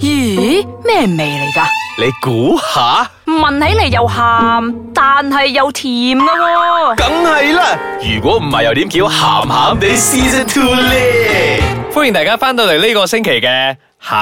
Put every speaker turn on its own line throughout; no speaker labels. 咦，咩味嚟噶？
你估下，
聞起嚟又鹹，但係又甜噶喎、
梗係啦。如果唔係，又點叫鹹鹹地 Season Two 咧？
欢迎大家翻到嚟呢个星期嘅咸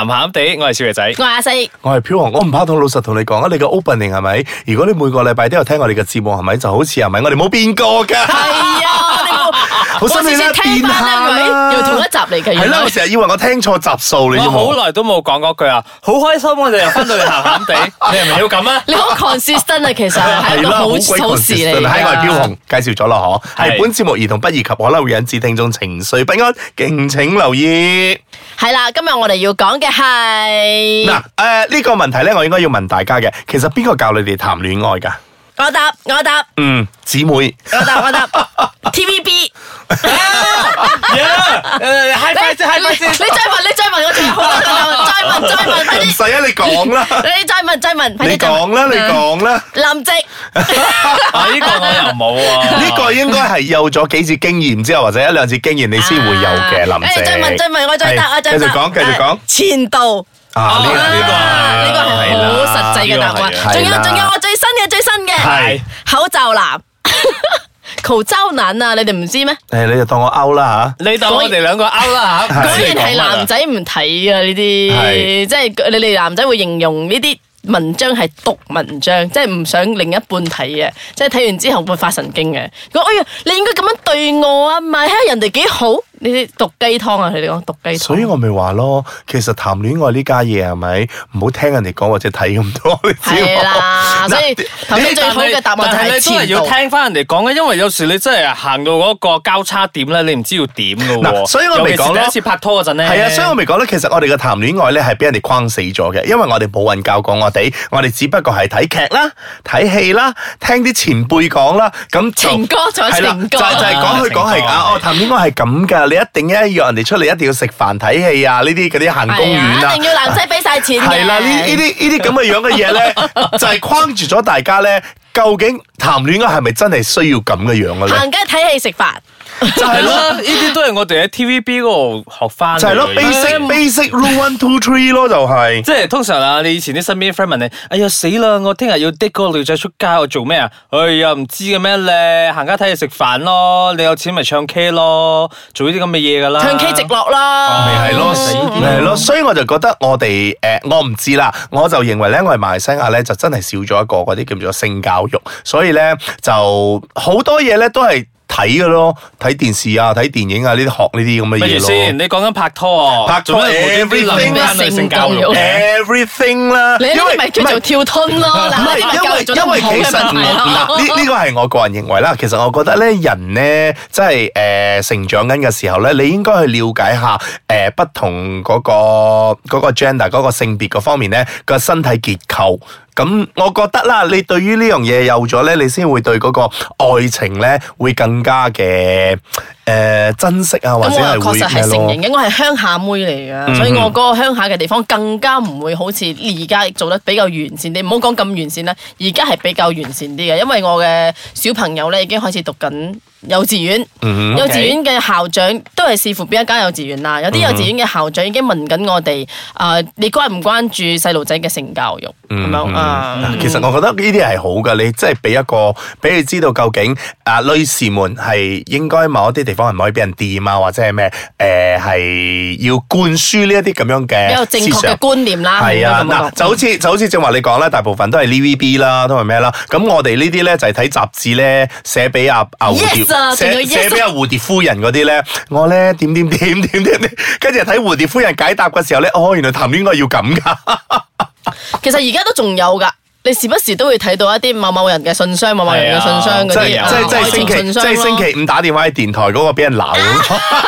咸地，我系小肥仔。
我阿四，
我係飄紅，我唔怕同老實同你講啊，你個 opening 係咪？如果你每個禮拜都有聽我哋嘅節目係咪？就好似係咪？我哋冇變過 㗎。
係啊，我
好心你啦，變下
聽翻
啦。
又同一集嚟嘅，
係
原
啦，
來
我成日以為我聽錯集數，你
我
知
好
冇？
耐都冇講嗰句啊，好開心我哋又翻到嚟鹹鹹地， 你係咪要咁啊？
你好 consistent 啊，其實係一個
啦，
好
鬼
好事嚟
consistent
㗎。啊
係我係飄紅，介紹咗啦，嗬。
係
係本節目兒童不宜及可能會引致聽眾情緒不安，敬請留意。
係啦，今日我哋要講嘅係
嗱，誒呢個問題咧，我應該要問大家嘅。其實邊個教你哋談戀愛㗎？
我答我答
嗯，姊妹。
我答我答 TVB。
誒，high
你
five 先，high five
你再
先。
問，你再問，我仲有 好多想問，再問再問，快
唔
啲！
使啊，你講啦，
你再問再 問，快啲！
你講啦，你講啦。
林夕。
啊，呢個我又冇喎。
呢個應該係有咗幾次經驗之後，或者一兩次經驗你先會有嘅，
啊
林姐。
誒再問再問，我再答，
係
我再答。
繼續講，繼續講。
前度
啊， 呢個
啊
呢個係
係
好
啦
實際嘅答
呢個係
啊
案。仲有
係啦
仲有，我最新嘅最新嘅
係
口罩男。 口罩男啊！你哋唔知咩？
誒，你就當我 out 啦
你當我哋兩個 out 啦嚇。
果
唔知
然
你講
係
乜啊
男仔唔睇啊！呢啲
係
即係你哋男仔會形容呢啲文章係毒文章，即係唔想另一半睇嘅，即係睇完之後會發神經嘅。佢話哎呀，你應該咁樣對我啊，咪睇下人哋幾好。呢啲毒雞湯啊，佢哋講毒雞
嚇。
湯。
所以我咪話咯，其實談戀愛呢家嘢係咪唔好聽人哋講或者睇咁多，你知
係啦，
冇？
所以
嗱
頭先最好嘅答案就係
但係你真係
前
要
度。
聽翻人哋講嘅，因為有時你真係行到嗰個交叉點咧，你唔知要點嘅喎。
嗱所以我
尤
咪
其是
講咯
第一次拍拖嗰陣咧，
係啊，所以我咪講咧，其實我哋嘅談戀愛咧係俾人哋框死咗嘅，因為我哋冇人教過我哋，我哋只不過係睇劇啦、睇戲啦、聽啲前輩講啦，咁就
情歌仲有
係啦
情
就
歌
係就係講佢講係
情歌
啊，我談戀愛係咁㗎，你一定咧約人哋出嚟，一定要食飯睇戲啊，呢啲嗰啲行公園
係
啊
一。定要男仔俾晒錢嘅。
係啦，呢呢啲呢啲咁嘅樣嘅嘢咧，就係框住咗大家咧。究竟談戀愛係咪真係需要咁嘅樣嘅咧？
行街睇戲食飯，
就係咯，呢啲都係我哋喺 TVB 嗰度學翻。
就係咯，basic 哎 basic rule one two three 咯，就係。
即係通常啊，你以前啲身邊 friend 問你，哎呀死啦，我聽日要 d 個女仔出街，我做咩啊？哎呀唔知嘅咩咧，行街睇嘢食飯咯，你有錢咪唱 K 咯，做呢啲咁嘅嘢噶
啊
啦。
唱 K 直落啦。
咪係咯，咪係咯，所以我就覺得我哋誒、呃我唔知啦，我就認為咧，我哋馬來西亞咧就真係少咗一個嗰啲叫做性教育，所以咧就好多嘢咧都係睇嘅咯，睇電視啊、睇電影啊呢啲學呢啲咁嘅
不如
嘢
先，
咯。
你講緊拍拖，啊
拍拖
做咩無端端諗翻女性教育？
Everything 啦，
你呢
因為
啲咪叫
唔係
做跳吞咯，
唔
嗱，呢啲
係
咪教育
因為
做得
因
唔
為
好
其
嘅哦
實唔
咪
嗱呢呢個係我個人認為啦。其實我覺得咧，人咧即係誒成長緊嘅時候咧，你應該去了解下誒、呃不同嗰、個嗰、個 gender 嗰個性別嗰方面咧個身體結構。咁我覺得啦，你對於呢樣嘢有咗咧，你先會對嗰個愛情咧會更加嘅誒、呃珍惜啊，或
咁
者
我
係
又確實
會
係
咩
承
咯嗯
認？嘅，我係鄉下妹嚟嘅，所以我嗰個鄉下嘅地方更加唔會好似而家做得比較完善啲，唔好講咁完善啦，而家係比較完善啲嘅，因為我嘅小朋友咧已經開始讀緊幼稚園，
嗯
幼稚園嘅校長都係視乎邊一間幼稚園啦，有
嗯
啲幼稚園嘅校長已經問緊我哋，啊你關唔關注細路仔嘅性教育咁樣啊？
嗱其實我覺得呢啲係好嘅，你即係俾一個俾佢知道究竟啊、女士們係應該某一啲地方係唔可以俾人掂啊，或者係咩誒係要灌輸呢一啲咁樣嘅
比較正
思
確
想
嘅觀念啦，
係啊，
應該咁
嗱
講
就好似就好似正話你講啦，大部分都係 TVB 啦，都係咩啦？咁我哋呢啲咧就係睇雜誌咧，寫俾阿阿蝴
Yes 啊
蝶，
仲有
寫
yes
寫俾阿蝴蝶夫人嗰啲咧，我咧點點點點點點，跟住睇蝴蝶夫人解答嘅時候咧，哦，原來談戀愛要咁㗎。
其實而家都仲有㗎，你時不時都會睇到一啲某某人嘅信箱、某某人嘅信箱嗰
即
啲
係即係即
啊
係星期
愛
即
情信箱
係星
咯。
期五打電話喺電台嗰個俾人鬧。
啊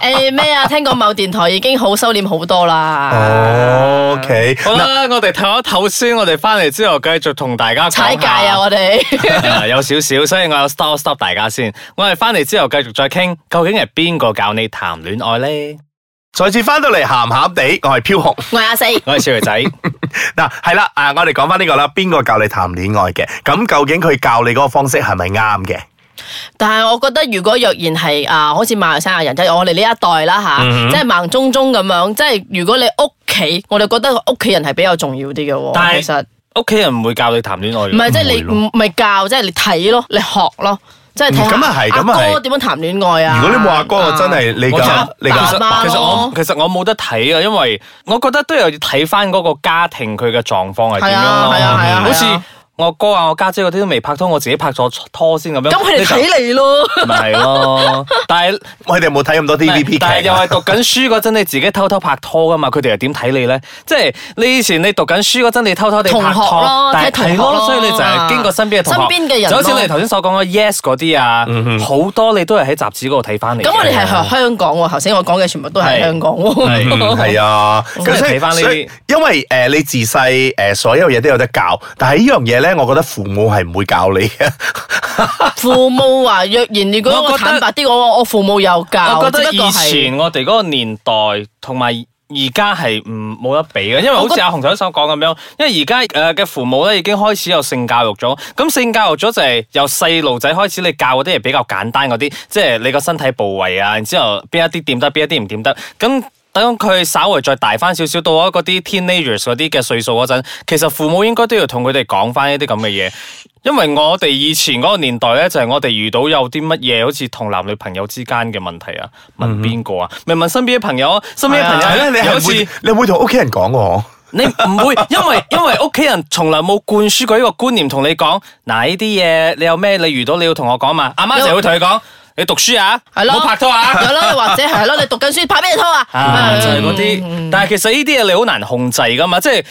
誒咩啊？聽講某電台已經好收斂好多啦，
哦，OK，
好
嗱，
啦，我哋唞一唞先，我哋翻嚟之後繼續同大家講下
踩界啊！我哋
啊 有少少，所以我有 stop stop 大家先。我哋翻嚟之後繼續再傾，究竟係邊個教你談戀愛咧？
再次翻到嚟咸咸地，我係飄紅。
我係阿四，
我係小肥 仔，
嗱，係啦，啊，我哋講翻呢個啦，邊個教你談戀愛嘅？咁究竟佢教你嗰個方式係咪啱嘅？
但係我覺得如果若然係啊，好似馬來西亞人，即係我哋呢一代啦吓，
嗯
即係盲中中咁樣，即係如果你屋企，我哋覺得屋企人係比較重要啲嘅
但
喎。
係
其實
屋企人唔會教你談戀愛
唔係
嘅。
即係你唔唔係教，即係你睇咯，你學咯，即係睇
嗯咁啊
下
係
阿
咁啊係
哥點樣談戀愛啊。
如果你冇阿哥，我真係你
我
嘅
就
你
爸
嘅
爸
其實我
咯
其實我冇得睇啊，因為我覺得都有要睇翻嗰個家庭佢嘅狀況係點樣咯。嗯
係啊係啊係啊係啊
好似我哥啊、我家姐嗰啲都未拍拖，我自己拍咗拖先咁樣。
咁佢哋睇你咯。
你就咪係 咯，但係。
我哋有冇睇咁多 TVB
但係
劇
又
啊？
係讀緊書嗰陣，你自己偷偷拍拖噶嘛？佢哋又點睇你咧？即係你以前你讀緊書嗰陣，你偷偷地拍
同學
拖
咯，
但係
睇同
係
學咯
所以你就係經過身邊嘅同學，
身邊嘅
就
人咯
好似你頭先所講嘅 Yes 嗰啲啊，
嗯
好多你都係喺雜誌嗰度睇翻嚟嘅。
咁我哋係學香港喎，頭先我講嘅全部都係
啊係
香港喎。
嗯係啊，
真
咁
係
所以
睇返呢啲
所以因為誒、呃你自細誒、呃所有嘢都有得教，但係呢樣嘢咧，我覺得父母係唔會教你嘅。
父母話若然如果
我覺得
我坦白啲，我我父母有教，
我覺得
只不過
以
係
前我哋嗰個年代同埋而家係唔冇得比嘅，因為好
我覺
似阿紅頭先所講咁樣，因為而家誒嘅父母咧已經開始有性教育咗，咁性教育咗就係由細路仔開始，你教嗰啲係比較簡單嗰啲，即係你個身體部位啊，然之後邊一啲掂得，邊一啲唔掂得，咁。等佢稍微再大翻少少，到咗嗰啲 teenagers 嗰啲嘅歲數嗰陣，其實父母應該都要同佢哋講翻呢啲咁嘅嘢，因為我哋以前嗰個年代咧，就係、我哋遇到有啲乜嘢，好似同男女朋友之間嘅問題啊，問邊個啊？咪問身邊嘅朋友啊，身邊嘅
嗯係啊
朋
係
友
咧，你
咧，有
係
次
會你會同屋企人講嘅嗬？
你唔 會，因為因為屋企人從來冇灌輸過呢個觀念，同你講嗱呢啲嘢，你有咩你遇到你要同我講嘛，阿媽就會同你講，你讀書啊，唔
係咯，
好拍拖啊。
係咯，或者係咯，你讀緊書拍咩拖啊？
啊，
嗯
就係嗰啲。但係其實呢啲嘢你好難控制噶嘛，即係。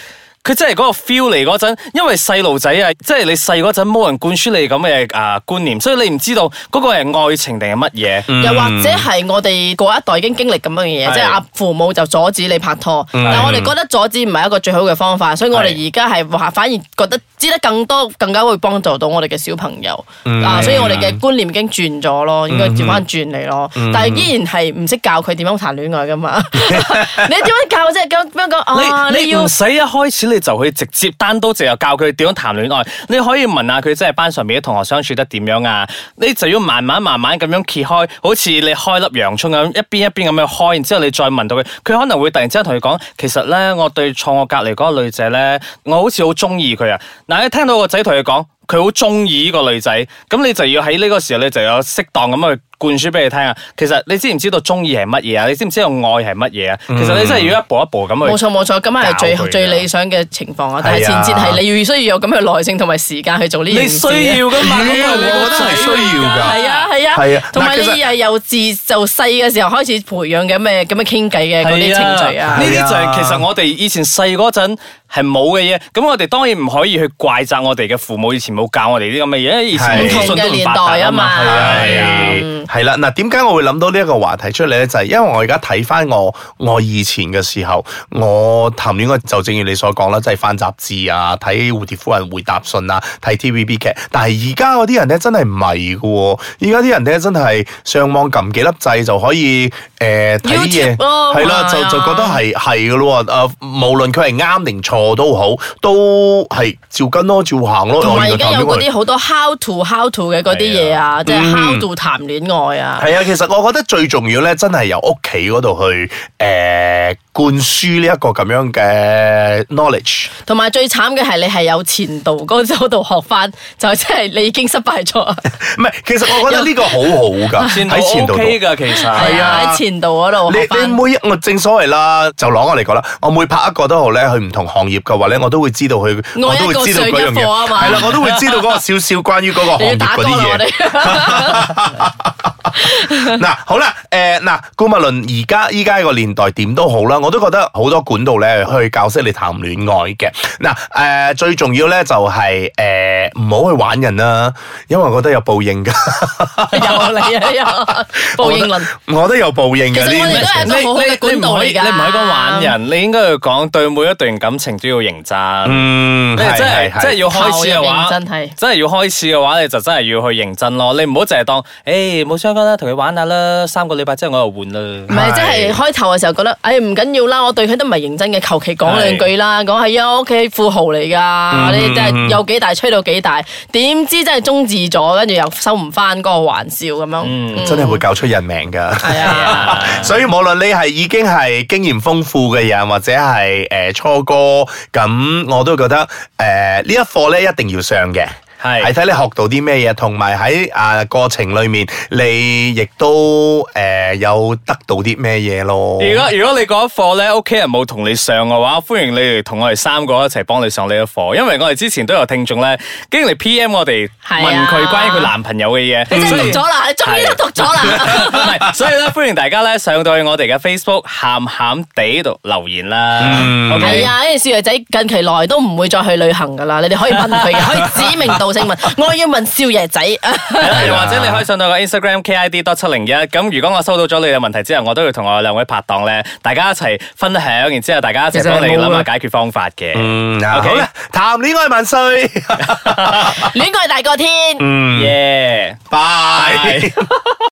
佢真係嗰個 feel 嚟嗰陣，因為細路仔啊，即係你細嗰陣冇人灌輸你咁嘅啊觀念，所以你唔知道嗰個係愛情定係乜嘢。
又或者係我哋嗰一代已經經歷咁樣嘅
嗯係嗯
嘢，即係阿父母就阻止你拍拖，但係我哋覺得阻止唔係一個最好嘅方法，所以我哋而家係話反而覺得知得更多，更加會幫助到我哋嘅小朋友
嗯
啊，所以我哋嘅觀念已經轉咗咯，應該轉翻轉嚟咯，
嗯
但係依然係唔識教佢點樣談戀愛 噶嘛， 你點樣教啫？咁樣講啊，
你
你
你
要
唔。使一開始你就去直接單刀直入教佢點樣談戀愛，你可以問下佢即係班上面啲同學相處得點樣啊？你就要慢慢慢慢咁樣揭開，好似你開粒洋葱咁，一邊一邊咁樣開，然之後你再問到佢，佢可能會突然之間同佢講，其實咧我對坐我隔離嗰個女仔咧，我好似好中意佢啊！嗱，你聽到個仔同佢講。佢好中意呢個女仔，咁你就要喺呢個時候，你就有適當咁去灌輸俾佢聽啊。其實你知唔知道中意係乜嘢啊？你知唔知道愛係乜嘢啊？其實你真係要一步一步咁去。
冇錯冇錯，咁係
教佢啊
最
㗎
最理想嘅情況啊！但
係
係
啊
前設係你要需要有咁嘅耐性同埋時間去做呢件
你
事
需
啊。
要噶嘛？咁
我覺得係需要㗎
係啊係啊，
係啊
同
嗱
埋你
其實
係由自就細嘅時候開始培養嘅咩咁嘅傾偈嘅嗰啲程序啊
呢。啲
係啊
就係其實我哋以前細嗰陣係冇嘅嘢，咁我哋當然唔可以去怪責我哋嘅父母以前冇教我哋啲咁嘅嘢，因為以前
係
資訊都唔發達啊嘛，
唔同嘅年代啊嘛
係啊。
係啦，嗱，點解我會諗到呢一個話題出嚟咧？就係、因為我而家睇翻我我以前嘅時候，我談戀愛就正如你所講啦，即係翻雜誌啊，睇蝴蝶夫人回答信啊，睇 TVB 劇。但係而家嗰啲人咧真係唔係嘅喎，而家啲人咧真係上網撳幾粒掣就可以誒睇嘢，
YouTube 咯
係啦、就
係啊
就覺得係係嘅咯喎。誒、啊無論佢係啱定錯都好，都係照跟咯，照行咯。
同
我
埋而
原來
家
談
有
戀愛
嗰啲好多 how to how to 嘅嗰啲嘢啊，即
嗯
係 how to 談戀愛啊。
係啊，其實我覺得最重要咧，真係由屋企嗰度去诶、呃灌輸呢一個咁樣嘅 knowledge。
同埋最慘嘅係你係有前度嗰嗰度學翻，就即係你已經失敗咗。
唔係，其實我覺得呢個好 好㗎，喺前
前度
度度。
OK 噶，其實
係啊
喺前度嗰度
你
學
你
翻。
每一我正所謂啦，就攞我嚟講啦，我每拍一個都好咧，去唔同行業嘅話咧，我都會知道佢，
我
我都會知道嗰樣
一個上一課啊
嘢，
嘛
係啦，我都會知道嗰個少少關於嗰個 行業
你要打
嗰
歌啦，
啲
我
嘢。
哋
嗱，好啦，誒嗱，顧物論而家依家個年代點都好啦，我都覺得好多管道咧去教識你談戀愛嘅。嗱，誒最重要咧就係誒唔好去玩人啦，因為我覺得有報應 㗎，
有你啊，有報應論。
我覺得有報應
其
㗎
實我哋都
呢。
係一
你
個好好
你
嘅
你
管
唔
道
可以
嚟
你
㗎。
唔係應該玩人，你應該要講對每一段感情都要認真。
嗯，
你
係
真
係
係真
係。
係要開始嘅話，
靠入認真係
真係要開始嘅話，你就真係要去認真咯。你唔好淨係當，誒冇相干啦，同佢玩下啦，三個禮拜之後我又換啦
唔。係，即係開頭嘅時候覺得，唉唔緊要啦，我對佢都唔係認真嘅，求其講兩句啦，講係嗯啊，我屋企富豪嚟㗎，你真係有幾大吹到幾大，點知真係中字咗，跟住又收唔翻嗰個玩笑咁樣。嗯
真係會教出人命㗎。
係啊，
所以無論你係已經係經驗豐富嘅人，或者係誒、呃初哥，咁我都覺得誒、呃呢一課咧一定要上嘅。
係
係睇你學到啲咩嘢，同埋喺啊過程裏面，你亦都誒、呃有得到啲咩嘢咯。
如果如果你嗰一課咧，屋企人冇同你上嘅話，歡迎你哋同我哋三個一齊幫你上呢一課，因為我哋之前都有聽眾咧，經嚟 P.M 我哋
係啊
問佢關於佢男朋友嘅嘢，
你真嗯係
所以
讀咗啦，你終於都讀咗啦。
唔係， 所以咧歡迎大家咧上到去我哋嘅 Facebook 鹹鹹地度留言啦。OK
嗯
係啊，因為少爺仔近期來都唔會再去旅行㗎啦，你哋可以問佢嘅，可以指名道姓 問，我要問少爺仔。
係啦，又或者你可以上到個 Instagram KID 多七零一。咁如果我收到咗你嘅問題之後，我都要同我兩位拍檔咧，大家一齊分享，然之後大家一齊幫你
其實冇
諗
啊
下解決方法嘅。
嗯，嗱
OK
好啦，談戀愛萬歲，
戀愛大過天。
嗯，
耶！
拜。